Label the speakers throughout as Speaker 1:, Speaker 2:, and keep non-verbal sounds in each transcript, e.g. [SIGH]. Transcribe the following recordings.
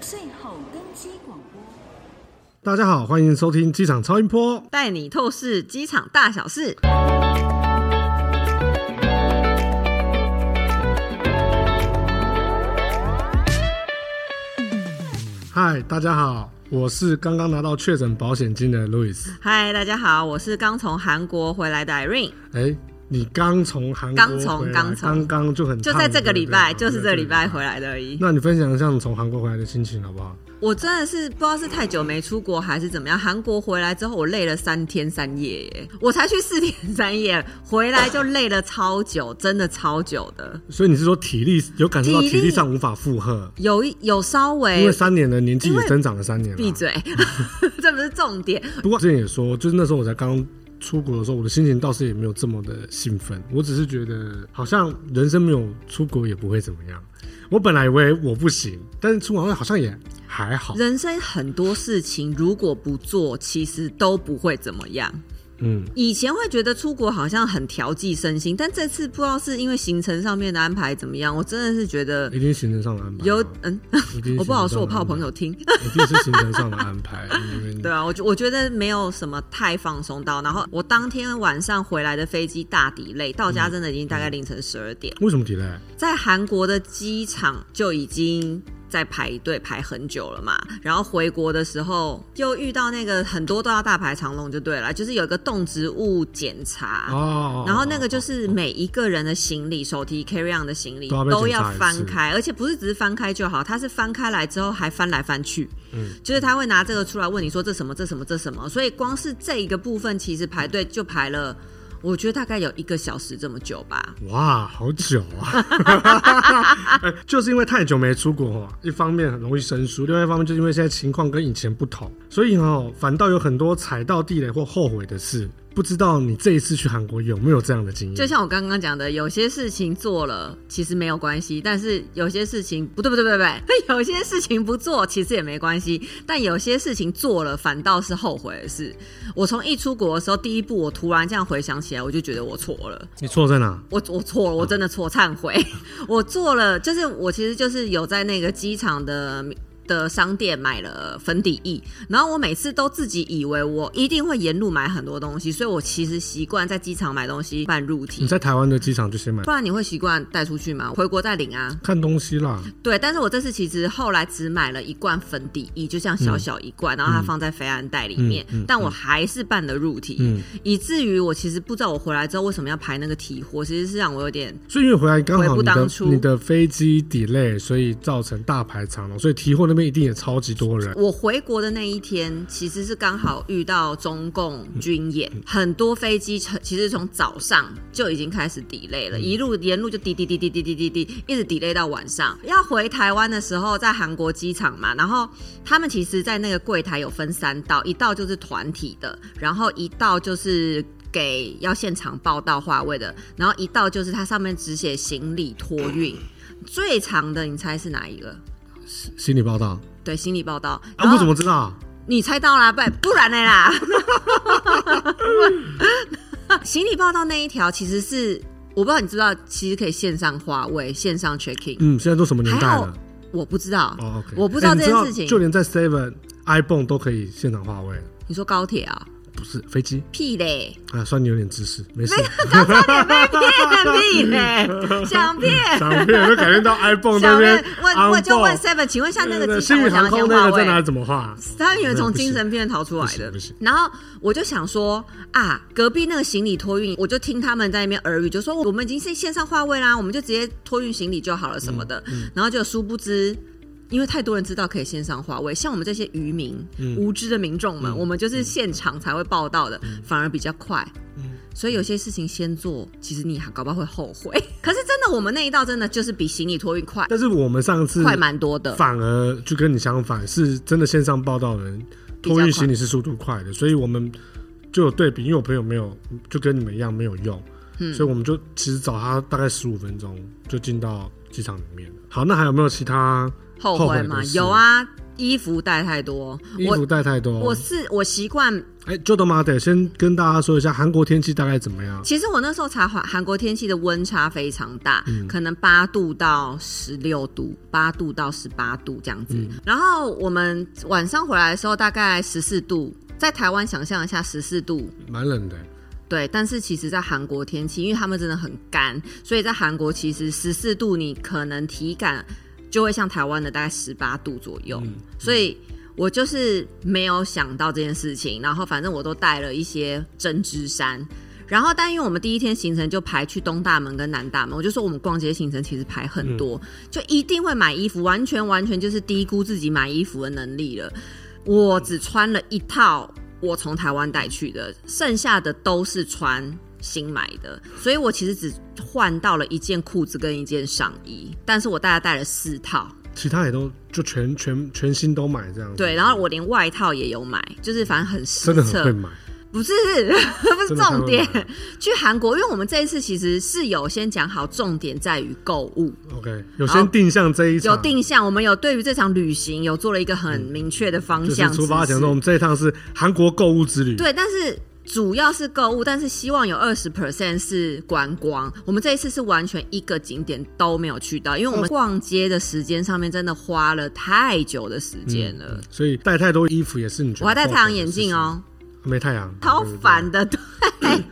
Speaker 1: 最后更新广播。
Speaker 2: 大家好，欢迎收听机场超音波。
Speaker 3: 带你透视机场大小事。
Speaker 2: 嗨，大家好，我是刚刚拿到确诊保险金的 Louis。
Speaker 3: 嗨，大家好，我是刚从韩国回来的 Irene。
Speaker 2: 哎，你刚从韩国
Speaker 3: 刚从
Speaker 2: 回来
Speaker 3: 刚
Speaker 2: 刚
Speaker 3: 从
Speaker 2: 刚就很
Speaker 3: 就
Speaker 2: 烫
Speaker 3: 在这个礼拜，
Speaker 2: 对
Speaker 3: 就
Speaker 2: 不对
Speaker 3: 是这个礼拜回。来的而已。
Speaker 2: 那你分享一下你从韩国回来的心情好不好？
Speaker 3: 我真的是不知道是太久没出国还是怎么样，韩国回来之后我累了三天三夜耶，我才去四天三夜，回来就累了超久，真的超久的。
Speaker 2: 所以你是说体力有感受到
Speaker 3: 体力
Speaker 2: 体力上无法负荷，
Speaker 3: 有一有稍
Speaker 2: 因为
Speaker 3: 微
Speaker 2: 三年的年纪
Speaker 3: 因
Speaker 2: 也
Speaker 3: 为
Speaker 2: 增长了三年了。
Speaker 3: 闭嘴， [LAUGHS] 这不是重点。
Speaker 2: 不过之前也说，就是那时候我才刚出国的时候，我的心情倒是也没有这么的兴奋。我只是觉得，好像人生没有出国也不会怎么样。我本来以为我不行，但是出国好像也还好。
Speaker 3: 人生很多事情如果不做，其实都不会怎么样。
Speaker 2: 嗯，
Speaker 3: 以前会觉得出国好像很调剂身心，但这次不知道是因为行程上面的安排怎么样，我真的是觉得
Speaker 2: 一定行程哎上的安排。啊
Speaker 3: 有嗯，
Speaker 2: 一定是行程上的安排
Speaker 3: [LAUGHS] 我不好说，我怕我朋友听。 [LAUGHS]
Speaker 2: 一定是行程上的安排。因为
Speaker 3: 对啊，我觉我觉得没有什么太放松到，然后我当天晚上回来的飞机大抵累，到家真的已经
Speaker 2: 嗯
Speaker 3: 大概凌晨十二点，
Speaker 2: 为什么体累？
Speaker 3: 在韩国的机场就已经。在排队排很久了嘛，然后回国的时候又遇到那个很多都要大排长龙就对了，就是有一个动植物检查
Speaker 2: 哦，
Speaker 3: 然后那个就是每一个人的行李，手提 carry on 的行李
Speaker 2: 都要被
Speaker 3: 都
Speaker 2: 检
Speaker 3: 要
Speaker 2: 查一次
Speaker 3: 翻开，而且不是只是翻开就好，它是翻开来之后还翻来翻去，
Speaker 2: 嗯
Speaker 3: 就是他会拿这个出来问你说这什么这什么这什么，所以光是这一个部分其实排队就排了。我觉得大概有一个小时这么久吧，
Speaker 2: 哇，好久
Speaker 3: [LAUGHS]
Speaker 2: 啊！哎就是因为太久没出国哦，一方面很容易生疏，另外一方面就是因为现在情况跟以前不同，所以哦，反倒有很多踩到地雷或后悔的事。不知道你这一次去韩国有没有这样的经验？
Speaker 3: 就像我刚刚讲的，有些事情做了其实没有关系，但是有些事情不对不对不对不对， [LAUGHS] 有些事情不做其实也没关系，但有些事情做了反倒是后悔的事。我从一出国的时候，第一步我突然这样回想起来，我就觉得我错了。
Speaker 2: 你错在哪？
Speaker 3: 我我错了，我真的错，忏悔。 [LAUGHS] 我做了，就是我其实就是有在那个机场的的商店买了粉底液，然后我每次都自己以为我一定会沿路买很多东西，所以我其实习惯在机场买东西半入
Speaker 2: 你
Speaker 3: 体。
Speaker 2: 在台湾的机场就先买
Speaker 3: 不然你会习惯带出去吗？回国再领啊。
Speaker 2: 看东西啦。
Speaker 3: 对，但是我这次其实后来只买了一罐粉底液，就像小小一罐，然后它放在肥安袋里面，
Speaker 2: 嗯嗯嗯
Speaker 3: 但我还是办的入体，
Speaker 2: 嗯
Speaker 3: 以至于我其实不知道我回来之后为什么要排那个体货，其实是让我有点
Speaker 2: 所以因为回来刚好
Speaker 3: 悔
Speaker 2: 你
Speaker 3: 不
Speaker 2: 的
Speaker 3: 当初
Speaker 2: 你的飞机 delay，所以造成大排长龙，所以提货那边一定也超级多人。
Speaker 3: 我回国的那一天，其实是刚好遇到中共军演，很多飞机从其实从早上就已经开始 delay 了，一路沿路就滴滴滴滴滴滴滴滴，一直 delay 到晚上。要回台湾的时候，在韩国机场嘛，然后他们其实在那个柜台有分三道，一道就是团体的，然后一道就是。给要现场报到话位的，然后一道就是它上面只写行李托运，最长的你猜是哪一个？
Speaker 2: 心理报道
Speaker 3: 对，行李报到。然
Speaker 2: 啊，
Speaker 3: 后
Speaker 2: 我怎么知道？
Speaker 3: 你猜到啦，不然不然的啦。 [LAUGHS] 行李报到那一条其实是我不知道你知不知道，其实可以线上划位、线上 check in，、
Speaker 2: 嗯，现在都什么年代
Speaker 3: 还好
Speaker 2: 了？
Speaker 3: 我不知道，
Speaker 2: 哦，OK，
Speaker 3: 我不知道
Speaker 2: 哎你
Speaker 3: 这件事情。
Speaker 2: 就连在 Seven、iPhone 都可以现场化位，
Speaker 3: 你说高铁啊，
Speaker 2: 不是飞机
Speaker 3: 屁
Speaker 2: [LAUGHS]
Speaker 3: 嘞，
Speaker 2: 啊？算你有点知识，没事。 [LAUGHS]
Speaker 3: 屁嘞，想骗。
Speaker 2: 想骗就感觉到 iPhone 那
Speaker 3: 想
Speaker 2: 边
Speaker 3: 骗，问问就问 seven，请问一下那个机
Speaker 2: 新
Speaker 3: 场
Speaker 2: 宇
Speaker 3: 我想
Speaker 2: 航
Speaker 3: 要
Speaker 2: 空
Speaker 3: 先划
Speaker 2: 那个在哪
Speaker 3: 位
Speaker 2: 里？怎么画？
Speaker 3: 他以为从
Speaker 2: 不行
Speaker 3: 精神病逃出来的
Speaker 2: 不行，
Speaker 3: 然后我就想说啊，隔壁那个行李托运，我就听他们在那边耳语，就说我们已经是线上话位啦，我们就直接托运行李就好了什么的。
Speaker 2: 嗯
Speaker 3: 然后就殊不知，因为太多人知道可以线上话位，像我们这些渔民、
Speaker 2: 嗯
Speaker 3: 无知的民众们，我们就是现场才会报道的，
Speaker 2: 嗯
Speaker 3: 反而比较快。所以有些事情先做，其实你还搞不好会后悔。可是真的，我们那一道真的就是比行李托运快，
Speaker 2: 但是我们上次
Speaker 3: 快蛮多的。
Speaker 2: 反而就跟你相反，是真的线上报道的人
Speaker 3: 比较
Speaker 2: 托运
Speaker 3: 快
Speaker 2: 行李是速度快的，所以我们就有对比，因为我朋友没有，就跟你们一样没有用，
Speaker 3: 嗯
Speaker 2: 所以我们就其实找他大概十五分钟就进到机场里面了。好，那还有没有其他
Speaker 3: 后
Speaker 2: 后悔
Speaker 3: 悔
Speaker 2: 的
Speaker 3: 吗？
Speaker 2: 事
Speaker 3: 有啊，衣服带太多，
Speaker 2: 衣服
Speaker 3: 我
Speaker 2: 带太多。
Speaker 3: 我是我习惯
Speaker 2: 哎，就他妈的，先跟大家说一下韩国天气大概怎么样？
Speaker 3: 其实我那时候查韩韩国天气的温差非常大，
Speaker 2: 嗯
Speaker 3: 可能八度到十六度，八度到十八度这样子。
Speaker 2: 嗯
Speaker 3: 然后我们晚上回来的时候大概十四度，在台湾想象一下十四度，
Speaker 2: 蛮冷的，
Speaker 3: 对。但是其实，在韩国天气，因为他们真的很干，所以在韩国其实十四度你可能体感就会像台湾的大概十八度左右，所以。我就是没有想到这件事情，然后反正我都带了一些针织衫，然后，但因为我们第一天行程就排去东大门跟南大门，我就说我们逛街行程其实排很多，就一定会买衣服，完全完全就是低估自己买衣服的能力了。我只穿了一套我从台湾带去的，剩下的都是穿新买的，所以我其实只换到了一件裤子跟一件上衣，但是我大概带了四套。
Speaker 2: 其他也都就全全全新都买这样子。
Speaker 3: 对，然后我连外套也有买，就是反正很实
Speaker 2: 真的很
Speaker 3: 测
Speaker 2: 会，买，
Speaker 3: 不是 [LAUGHS] 不是
Speaker 2: 真的太会
Speaker 3: 重
Speaker 2: 买
Speaker 3: 点
Speaker 2: 了。
Speaker 3: 去韩国，因为我们这一次其实是有先讲好，重点在于购物，
Speaker 2: OK，有先定向这一场，
Speaker 3: 有定向，我们有对于这场旅行有做了一个很明确的方
Speaker 2: 就是
Speaker 3: 向指示。
Speaker 2: 出发前说我们这一趟是韩国购物之旅。
Speaker 3: 对，但是主要是购物，但是希望有二十 percent 是观光。我们这一次是完全一个景点都没有去到，因为我
Speaker 2: 哦
Speaker 3: 们逛街的时间上面真的花了太久的时间了。
Speaker 2: 嗯所以带太多衣服也是你觉得
Speaker 3: 我还戴太阳眼
Speaker 2: 后悔的事
Speaker 3: 镜
Speaker 2: 情，
Speaker 3: 哦，
Speaker 2: 没太阳，
Speaker 3: 超
Speaker 2: 对不对
Speaker 3: 烦的。 [LAUGHS] 对，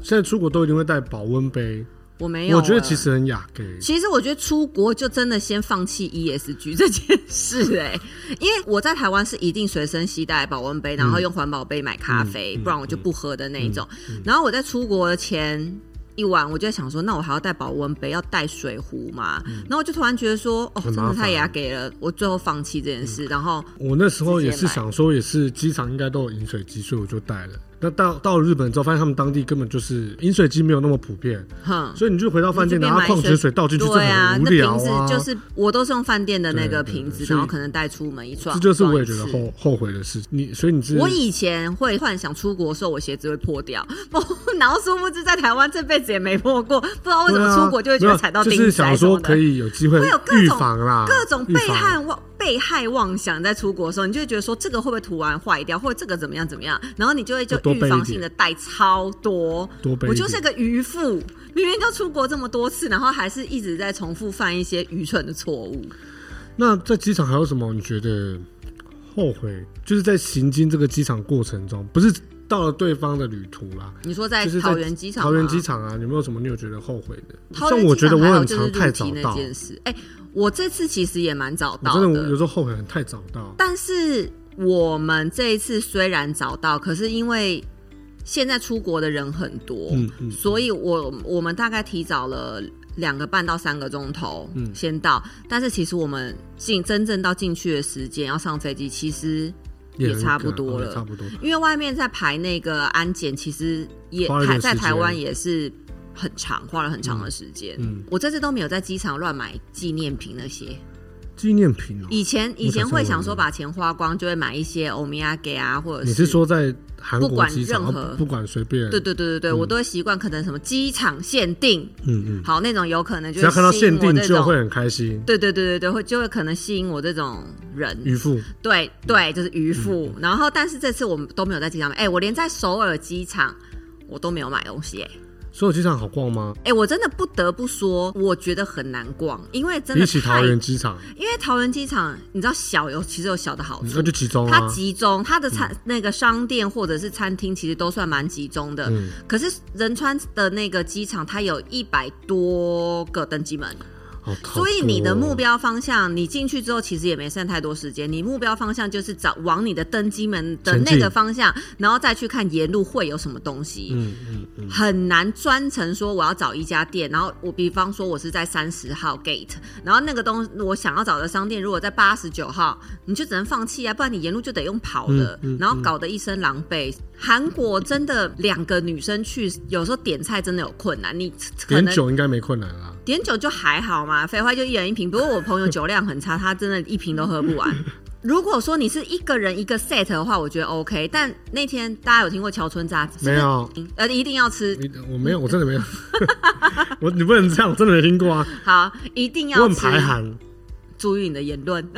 Speaker 2: 现在出国都一定会带保温杯，
Speaker 3: 我没有了。啊
Speaker 2: 我觉得其实很雅给。
Speaker 3: 其实我觉得出国就真的先放弃 ESG 这件事哎、
Speaker 2: 嗯
Speaker 3: 因为我在台湾是一定随身携带保温杯，然后用环保杯买咖
Speaker 2: 嗯
Speaker 3: 啡，不然我就不喝的那一种。然后我在出国的前一晚，我就在想说，那我还要带保温杯，要带水壶嘛？然后我就突然觉得说，哦，
Speaker 2: 嗯很
Speaker 3: 真
Speaker 2: 麻
Speaker 3: 的
Speaker 2: 烦嗯
Speaker 3: 太雅给了，我最后放弃这件事。然后
Speaker 2: 我那时候也是
Speaker 3: 直接买
Speaker 2: 想说，也是机场应该都有饮水机，所以我就带了。那到到日本之后，发现他们当地根本就是饮水机没有那么普遍，
Speaker 3: 哼。
Speaker 2: 所以你就回到饭店
Speaker 3: 嗯你就
Speaker 2: 拿
Speaker 3: 边买
Speaker 2: 矿泉水倒进去，这
Speaker 3: 对啊，
Speaker 2: 很无
Speaker 3: 那
Speaker 2: 聊
Speaker 3: 瓶子
Speaker 2: 啊。
Speaker 3: 就是我都是用饭店的那个
Speaker 2: 对对
Speaker 3: 瓶子，
Speaker 2: 对所以
Speaker 3: 然后可能带出门一撞，
Speaker 2: 这就是
Speaker 3: 撞
Speaker 2: 我也
Speaker 3: 一
Speaker 2: 觉得
Speaker 3: 次
Speaker 2: 后后悔的事。你所以你是
Speaker 3: 啊我以前会幻想出国的时候，我鞋子会破掉， [LAUGHS] 然后殊不知在台湾这辈子也没破过，不知道为什
Speaker 2: 对
Speaker 3: 么
Speaker 2: 啊
Speaker 3: 出国就会觉
Speaker 2: 没
Speaker 3: 得
Speaker 2: 有
Speaker 3: 踩到
Speaker 2: 就
Speaker 3: 钉
Speaker 2: 是
Speaker 3: 子还
Speaker 2: 想
Speaker 3: 是什
Speaker 2: 说
Speaker 3: 么
Speaker 2: 可
Speaker 3: 的。
Speaker 2: 以有机会
Speaker 3: 会有各种
Speaker 2: 预防啦，
Speaker 3: 各种被
Speaker 2: 预防
Speaker 3: 害妄被害妄想在出国的时候，你就会觉得说这个会不会突然坏掉，或者这个怎么样怎么样，然后你就会就
Speaker 2: 就多备
Speaker 3: 预
Speaker 2: 一
Speaker 3: 防
Speaker 2: 点
Speaker 3: 性的带超多。
Speaker 2: 多备一
Speaker 3: 我就是
Speaker 2: 点
Speaker 3: 个渔夫，明明就出国这么多次，然后还是一直在重复犯一些愚蠢的错误。
Speaker 2: 那在机场还有什么你觉得后悔？就是在行经这个机场过程中，不是到了对方的旅途啦，
Speaker 3: 你说在
Speaker 2: 就是在
Speaker 3: 桃园机场吗，
Speaker 2: 桃园机场啊，有没有什么你有觉得后悔的？
Speaker 3: 桃
Speaker 2: 像
Speaker 3: 园
Speaker 2: 我
Speaker 3: 机
Speaker 2: 觉得
Speaker 3: 场还
Speaker 2: 我
Speaker 3: 好
Speaker 2: 很
Speaker 3: 就是
Speaker 2: 常
Speaker 3: 入
Speaker 2: 太
Speaker 3: 籍
Speaker 2: 早
Speaker 3: 那
Speaker 2: 到，
Speaker 3: 件事，哎、我这次其实也蛮早
Speaker 2: 我
Speaker 3: 到
Speaker 2: 真
Speaker 3: 的，
Speaker 2: 的有时候后悔很太早到。
Speaker 3: 但是我们这一次虽然早到，可是因为现在出国的人很多，
Speaker 2: 嗯嗯
Speaker 3: 所以我我们大概提早了。两个半到三个钟头，
Speaker 2: 嗯
Speaker 3: 先到。但是其实我们进真正到进去的时间，要上飞机，其实也
Speaker 2: 很
Speaker 3: 差不
Speaker 2: 赶
Speaker 3: 多
Speaker 2: 哦也
Speaker 3: 了
Speaker 2: 差不多。
Speaker 3: 因为外面在排那个安检，其实也
Speaker 2: 花了一
Speaker 3: 台
Speaker 2: 点
Speaker 3: 在
Speaker 2: 时间
Speaker 3: 台湾也是很长，花了很长的时间。
Speaker 2: 嗯嗯
Speaker 3: 我这次都没有在机场乱买纪念品那些。
Speaker 2: 纪念品哦，
Speaker 3: 以前以前会想说
Speaker 2: 我才
Speaker 3: 把钱花光，就会买一些欧米亚给啊，或者
Speaker 2: 你是说在韩
Speaker 3: 不
Speaker 2: 国
Speaker 3: 管
Speaker 2: 机场，
Speaker 3: 任
Speaker 2: 然
Speaker 3: 何
Speaker 2: 后不不管随便，
Speaker 3: 对对对对对，我都会习惯可能什么机场限定，
Speaker 2: 嗯嗯，
Speaker 3: 好那种有可能就
Speaker 2: 只
Speaker 3: 会
Speaker 2: 要看到
Speaker 3: 吸引
Speaker 2: 限
Speaker 3: 我
Speaker 2: 定
Speaker 3: 这
Speaker 2: 就
Speaker 3: 种
Speaker 2: 会很开心。
Speaker 3: 对对对对对，会就会可能吸引我这种人，
Speaker 2: 渔夫，嗯
Speaker 3: 对对，就是渔夫。然后但是这次我们都没有在机场买，哎、我连在首尔机场我都没有买东西、哎
Speaker 2: 所有机场好逛吗？
Speaker 3: 哎、我真的不得不说，我觉得很难逛，因为真的
Speaker 2: 比起
Speaker 3: 太
Speaker 2: 桃园机场，
Speaker 3: 因为桃园机场，你知道小有其实有小的好
Speaker 2: 嗯
Speaker 3: 处
Speaker 2: 那，就集中
Speaker 3: 它
Speaker 2: 啊，
Speaker 3: 集中，它的
Speaker 2: 嗯
Speaker 3: 餐、那个商店或者是餐厅其实都算蛮集中的。
Speaker 2: 嗯
Speaker 3: 可是仁川的那个机场，它有一百多个登机门，
Speaker 2: 好好
Speaker 3: 所以你的
Speaker 2: 多哦
Speaker 3: 目标方向，你进去之后其实也没剩太多时间，你目标方向就是找往你的登机门的
Speaker 2: 前进
Speaker 3: 那个方向，然后再去看沿路会有什么东西。
Speaker 2: 嗯嗯嗯，
Speaker 3: 很难专程说我要找一家店，然后我比方说我是在三十号 gate，然后那个东我想要找的商店如果在八十九号，你就只能放弃啊，不然你沿路就得用跑的，
Speaker 2: 嗯嗯
Speaker 3: 然后搞得一身狼狈。韩国真的两个女生去，有时候点菜真的有困难，你可
Speaker 2: 点
Speaker 3: 能。
Speaker 2: 酒应该没困难啊啦。
Speaker 3: 点酒就还好嘛，废话就一人一瓶。不过我朋友酒量
Speaker 2: [LAUGHS]
Speaker 3: 很差，他真的一瓶都喝不完。如果说你是一个人一个 set 的话，我觉得 OK。但那天大家有听过桥村炸子？
Speaker 2: 没有，
Speaker 3: 呃，一定要吃
Speaker 2: 你我没有，我真
Speaker 3: [LAUGHS]
Speaker 2: 的没有，我你不能这样，我真的没听过啊，
Speaker 3: 好，一定
Speaker 2: 我
Speaker 3: 要
Speaker 2: 很
Speaker 3: 吃
Speaker 2: 排韩，
Speaker 3: 注意你的言论。 [LAUGHS]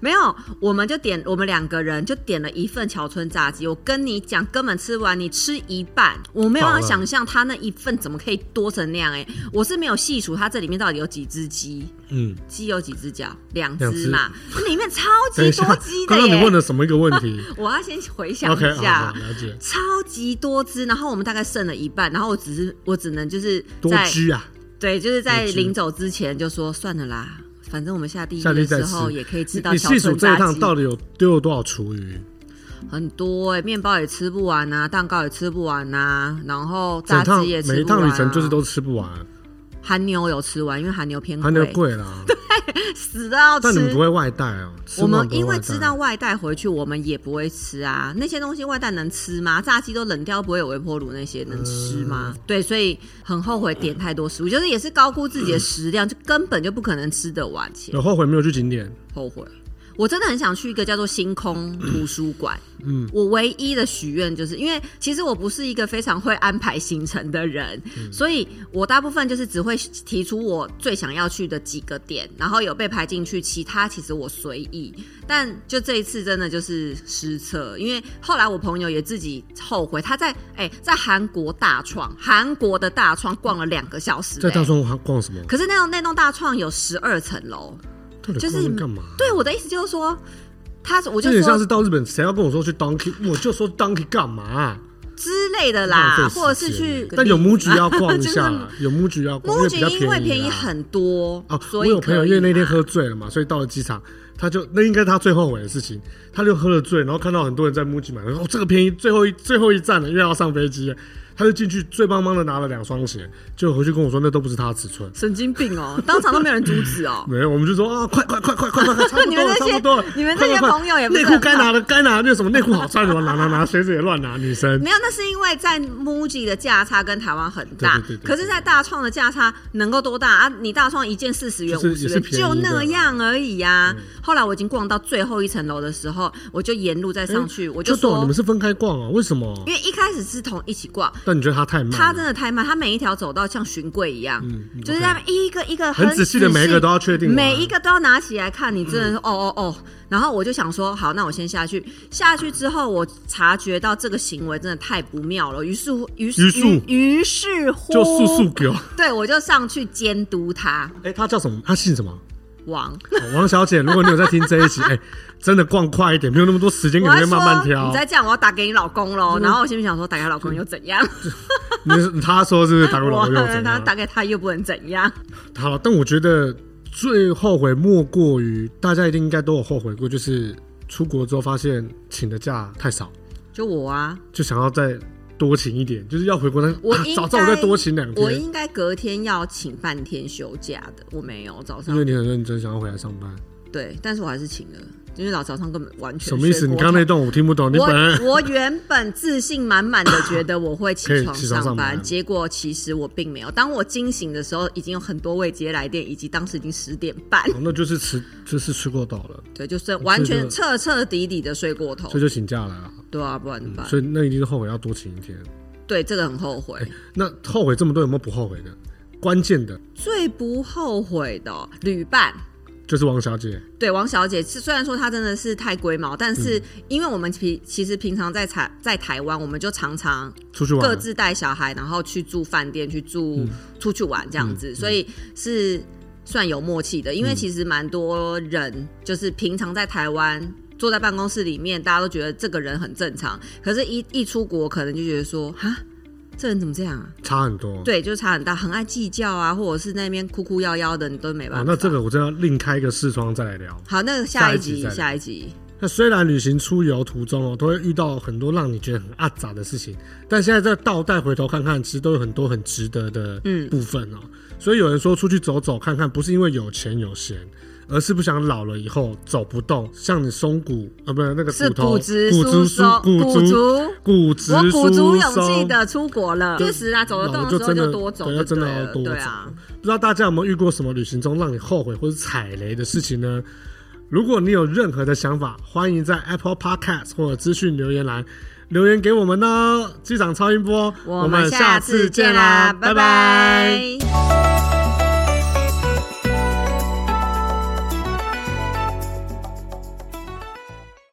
Speaker 3: 没有，我们就点我们两个人就点了一份桥村炸鸡。我跟你讲，根本吃完你吃一半，我没有办
Speaker 2: 饱
Speaker 3: 法
Speaker 2: 了
Speaker 3: 想象它那一份怎么可以多成那样哎、我是没有细数它这里面到底有几只鸡，
Speaker 2: 嗯，
Speaker 3: 鸡有几只脚，两
Speaker 2: 两
Speaker 3: 只
Speaker 2: 只
Speaker 3: 嘛，那里面超
Speaker 2: 等
Speaker 3: 级
Speaker 2: 一下
Speaker 3: 多
Speaker 2: [LAUGHS]
Speaker 3: 鸡，
Speaker 2: 刚
Speaker 3: 的
Speaker 2: 刚你问
Speaker 3: 耶。
Speaker 2: 了什么一个问题
Speaker 3: 我要先回想
Speaker 2: ？OK，
Speaker 3: 一
Speaker 2: 好
Speaker 3: 下。
Speaker 2: 好了解。
Speaker 3: 超级多只，然后我们大概剩了一半，然后我只是我只能就是
Speaker 2: 多
Speaker 3: 在
Speaker 2: 居啊，
Speaker 3: 对，就是在
Speaker 2: 多只
Speaker 3: 临走之前就说算了啦，反正我们下地狱
Speaker 2: 下地
Speaker 3: 的
Speaker 2: 再
Speaker 3: 时
Speaker 2: 吃
Speaker 3: 候也可以吃到
Speaker 2: 你
Speaker 3: 小
Speaker 2: 细数
Speaker 3: 村
Speaker 2: 这一
Speaker 3: 炸
Speaker 2: 趟
Speaker 3: 鸡，
Speaker 2: 到底有丢了多少厨余？
Speaker 3: 很多哎、面包也吃不完啊，蛋糕也吃不完啊，然后炸
Speaker 2: 整趟
Speaker 3: 鸡也吃
Speaker 2: 每一
Speaker 3: 不完、啊。
Speaker 2: 趟旅程就是都吃不完，
Speaker 3: 韩牛有吃完，因为韩牛偏
Speaker 2: 还
Speaker 3: 贵，
Speaker 2: 能贵啦。
Speaker 3: 死都要
Speaker 2: 但你们不
Speaker 3: 吃。
Speaker 2: 会外带哦，吃
Speaker 3: 我
Speaker 2: 完
Speaker 3: 们
Speaker 2: 不会
Speaker 3: 因
Speaker 2: 外
Speaker 3: 为
Speaker 2: 带
Speaker 3: 知道外带回去，我们也不会吃啊。那些东西外带能吃吗？炸鸡都冷掉，不会有微波炉那些能吃吗？
Speaker 2: 呃
Speaker 3: 对，所以很后悔点太多食物，就是也是高估自己的食量，就根本就不可能吃得完，且
Speaker 2: 有后悔没有去景点，
Speaker 3: 后悔。我真的很想去一个叫做星空图书馆。嗯，我唯一的许愿就是因为其实我不是一个非常会安排行程的人，
Speaker 2: 嗯
Speaker 3: 所以我大部分就是只会提出我最想要去的几个点，然后有被排进去，其他其实我随意。但就这一次真的就是失策，因为后来我朋友也自己后悔，他在哎、在韩国大创，韩国的大创逛了两个小时、
Speaker 2: 在大
Speaker 3: 哎
Speaker 2: 众逛什么？
Speaker 3: 可是那栋那栋大创有十二层楼，
Speaker 2: 到底
Speaker 3: 就是
Speaker 2: 逛那干嘛？啊
Speaker 3: 对，我的意思就是说，他我
Speaker 2: 有
Speaker 3: 就
Speaker 2: 点像
Speaker 3: 说
Speaker 2: 是到日本，谁要跟我说去 Donkey，我就说 Donkey 干嘛、
Speaker 3: 之类的
Speaker 2: 浪
Speaker 3: 啦，
Speaker 2: 费时间
Speaker 3: 或者是去，啊
Speaker 2: 但有母局要
Speaker 3: [LAUGHS]
Speaker 2: 逛一下啦，有母局要逛，因为
Speaker 3: MUJI
Speaker 2: 比较
Speaker 3: 因为
Speaker 2: 便
Speaker 3: 便
Speaker 2: 宜
Speaker 3: 宜
Speaker 2: 啦
Speaker 3: 很多
Speaker 2: 哦，，
Speaker 3: 所
Speaker 2: 我
Speaker 3: 以
Speaker 2: 有朋友
Speaker 3: 可以
Speaker 2: 因为那天
Speaker 3: 啦
Speaker 2: 喝醉了嘛，所以到了机场，他就那应该是他最后悔的事情，他就喝了醉，然后看到很多人在 MUJI 买，他说哦这个便宜，最后一最后一站了，又要上飞机了，他就进去醉邦邦的拿了两双鞋，就回去跟我说那都不是他的尺寸，。
Speaker 3: 神经病哦， [LAUGHS] 当场都没有人阻止哦
Speaker 2: [LAUGHS] 没有，我们就说啊快快快快快
Speaker 3: [LAUGHS]
Speaker 2: 快快，差不
Speaker 3: 你
Speaker 2: 多
Speaker 3: 们
Speaker 2: 了
Speaker 3: 那
Speaker 2: 差
Speaker 3: 些
Speaker 2: 不多了，
Speaker 3: 你们
Speaker 2: 快
Speaker 3: 那些
Speaker 2: 快快
Speaker 3: 朋友也不
Speaker 2: 内
Speaker 3: 是
Speaker 2: 裤
Speaker 3: 很
Speaker 2: 该拿的该拿的，那什么内裤好穿什么拿拿拿，鞋子也乱拿，女生
Speaker 3: 没有，那是因为在 MUJI 的价差跟台湾很大，
Speaker 2: 对对对对
Speaker 3: 可是，在大创的价差能够多大啊？你大创一件四十元、
Speaker 2: 就是
Speaker 3: 五十
Speaker 2: 也是
Speaker 3: 元，
Speaker 2: 便宜的嗯
Speaker 3: 就那样而已呀、后来我已经逛到最后一层楼的时候，我就沿路再上去，我就
Speaker 2: 懂
Speaker 3: 说
Speaker 2: 你们，是分开逛哦，为什么？
Speaker 3: 因为一开始是同一起逛，
Speaker 2: 但你觉得他太慢了，
Speaker 3: 他真的太慢，他每一条走道像巡柜一样，
Speaker 2: 嗯
Speaker 3: 就是他们一个一个
Speaker 2: 很仔细的每一个都要确定完
Speaker 3: 每一个都要拿起来看，你真的是哦哦哦。然后我就想说，好，那我先下去。下去之后，我察觉到这个行为真的太不妙了，于是乎，于是
Speaker 2: 于是乎
Speaker 3: 于于是乎，
Speaker 2: 就速速给我。
Speaker 3: 对我就上去监督他。
Speaker 2: 哎、他叫什么？他姓什么？
Speaker 3: 王，
Speaker 2: 哦王小姐，如果你有在听这一
Speaker 3: [LAUGHS]
Speaker 2: 集，哎、真的逛快一点，没有那么多时间给
Speaker 3: 我
Speaker 2: 哎你们
Speaker 3: 还说
Speaker 2: 慢慢挑
Speaker 3: 你。再这样，我要打给你老公喽。然后我心里想说，打给他老公又怎样？
Speaker 2: 你是他说是不是 [LAUGHS] 打给我老
Speaker 3: 我
Speaker 2: 婆又怎
Speaker 3: 他
Speaker 2: 样？
Speaker 3: 打给他又不能怎样。
Speaker 2: 好了，但我觉得最后悔莫过于大家一定应该都有后悔过，就是出国之后发现请的假太少，
Speaker 3: 就我啊，
Speaker 2: 就想要再多请一点，就是要回国再
Speaker 3: 我
Speaker 2: 啊
Speaker 3: 应
Speaker 2: 早知道我再
Speaker 3: 该
Speaker 2: 多请两
Speaker 3: 我
Speaker 2: 天，
Speaker 3: 应该隔天要请半天休假的，我没有早
Speaker 2: 因
Speaker 3: 上
Speaker 2: 为你很认真想要回来上班。
Speaker 3: 对，但是我还是请了，因为老早上根本完全
Speaker 2: 什么意思？
Speaker 3: 睡
Speaker 2: 你
Speaker 3: 过
Speaker 2: 刚刚那段我听不懂，你本来 [LAUGHS]
Speaker 3: 头我我原本自信满满的觉得我会
Speaker 2: 可以
Speaker 3: 起床
Speaker 2: 起床上
Speaker 3: 上
Speaker 2: 班
Speaker 3: 班，结果其实我并没有。当我惊醒的时候，已经有很多未接来电，以及当时已经十点半，
Speaker 2: 哦那就是吃就是吃过饱了，
Speaker 3: 对，就是完
Speaker 2: 这
Speaker 3: 全
Speaker 2: 个
Speaker 3: 彻彻底底的睡过头
Speaker 2: 所以。就请假了啊。
Speaker 3: 对啊，不然怎么办？
Speaker 2: 所以哎那一定是后悔要多请一天。
Speaker 3: 对，这个很后悔。
Speaker 2: 那后悔这么多，有没有不后悔的？关键的
Speaker 3: 最不后悔的哦旅伴，
Speaker 2: 就是王小姐，
Speaker 3: 对，王小姐是虽然说她真的是太龟毛，但
Speaker 2: 嗯
Speaker 3: 是因为我们平其实平常在台在台湾，我们就常常
Speaker 2: 出去玩
Speaker 3: 各自带小孩，然后去住饭店，去
Speaker 2: 嗯
Speaker 3: 住、出去玩这样子，所以是算有默契的。因
Speaker 2: 嗯
Speaker 3: 为其实蛮多人就是平常在台湾。坐在办公室里面，大家都觉得这个人很正常，可是一，一出国，可能就觉得说，哈，这人怎么这样啊？
Speaker 2: 差很多。
Speaker 3: 对，就差很大，很爱计较啊，或者是那边哭哭要要的，你都没办
Speaker 2: 啊
Speaker 3: 法。，
Speaker 2: 那这个我真的要另开一个视窗再来聊。
Speaker 3: 好，那个
Speaker 2: 下
Speaker 3: 下
Speaker 2: 一
Speaker 3: 一
Speaker 2: 集
Speaker 3: 集
Speaker 2: 再，聊
Speaker 3: 下一集。
Speaker 2: 那虽然旅行出游途中哦，都会遇到很多让你觉得很阿杂的事情，但现在再倒带回头看看，其实都有很多很值得的
Speaker 3: 嗯
Speaker 2: 部分哦。所以有人说出去走走看看，不是因为有钱有闲，而是不想老了以后走不动，像你松骨啊，不是那个
Speaker 3: 是
Speaker 2: 骨头
Speaker 3: 骨质
Speaker 2: 骨
Speaker 3: 疏
Speaker 2: 疏
Speaker 3: 松，
Speaker 2: 骨
Speaker 3: 骨
Speaker 2: 足
Speaker 3: 足，
Speaker 2: 骨质
Speaker 3: 我鼓足
Speaker 2: 疏
Speaker 3: 勇气
Speaker 2: 松
Speaker 3: 的出国了。确实啊，走得动
Speaker 2: 老
Speaker 3: 的时候
Speaker 2: 真的
Speaker 3: 多走
Speaker 2: 对
Speaker 3: 就
Speaker 2: 要真的
Speaker 3: 对
Speaker 2: 要
Speaker 3: 了
Speaker 2: 多走。
Speaker 3: 对啊，
Speaker 2: 不知道大家有没有遇过什么旅行中让你后悔或者踩雷的事情呢？如果你有任何的想法，欢迎在 Apple Podcast 或者资讯留言栏留言给我哦们呢。机长超音波，
Speaker 3: 我们下次见啦，
Speaker 2: 拜
Speaker 3: 拜拜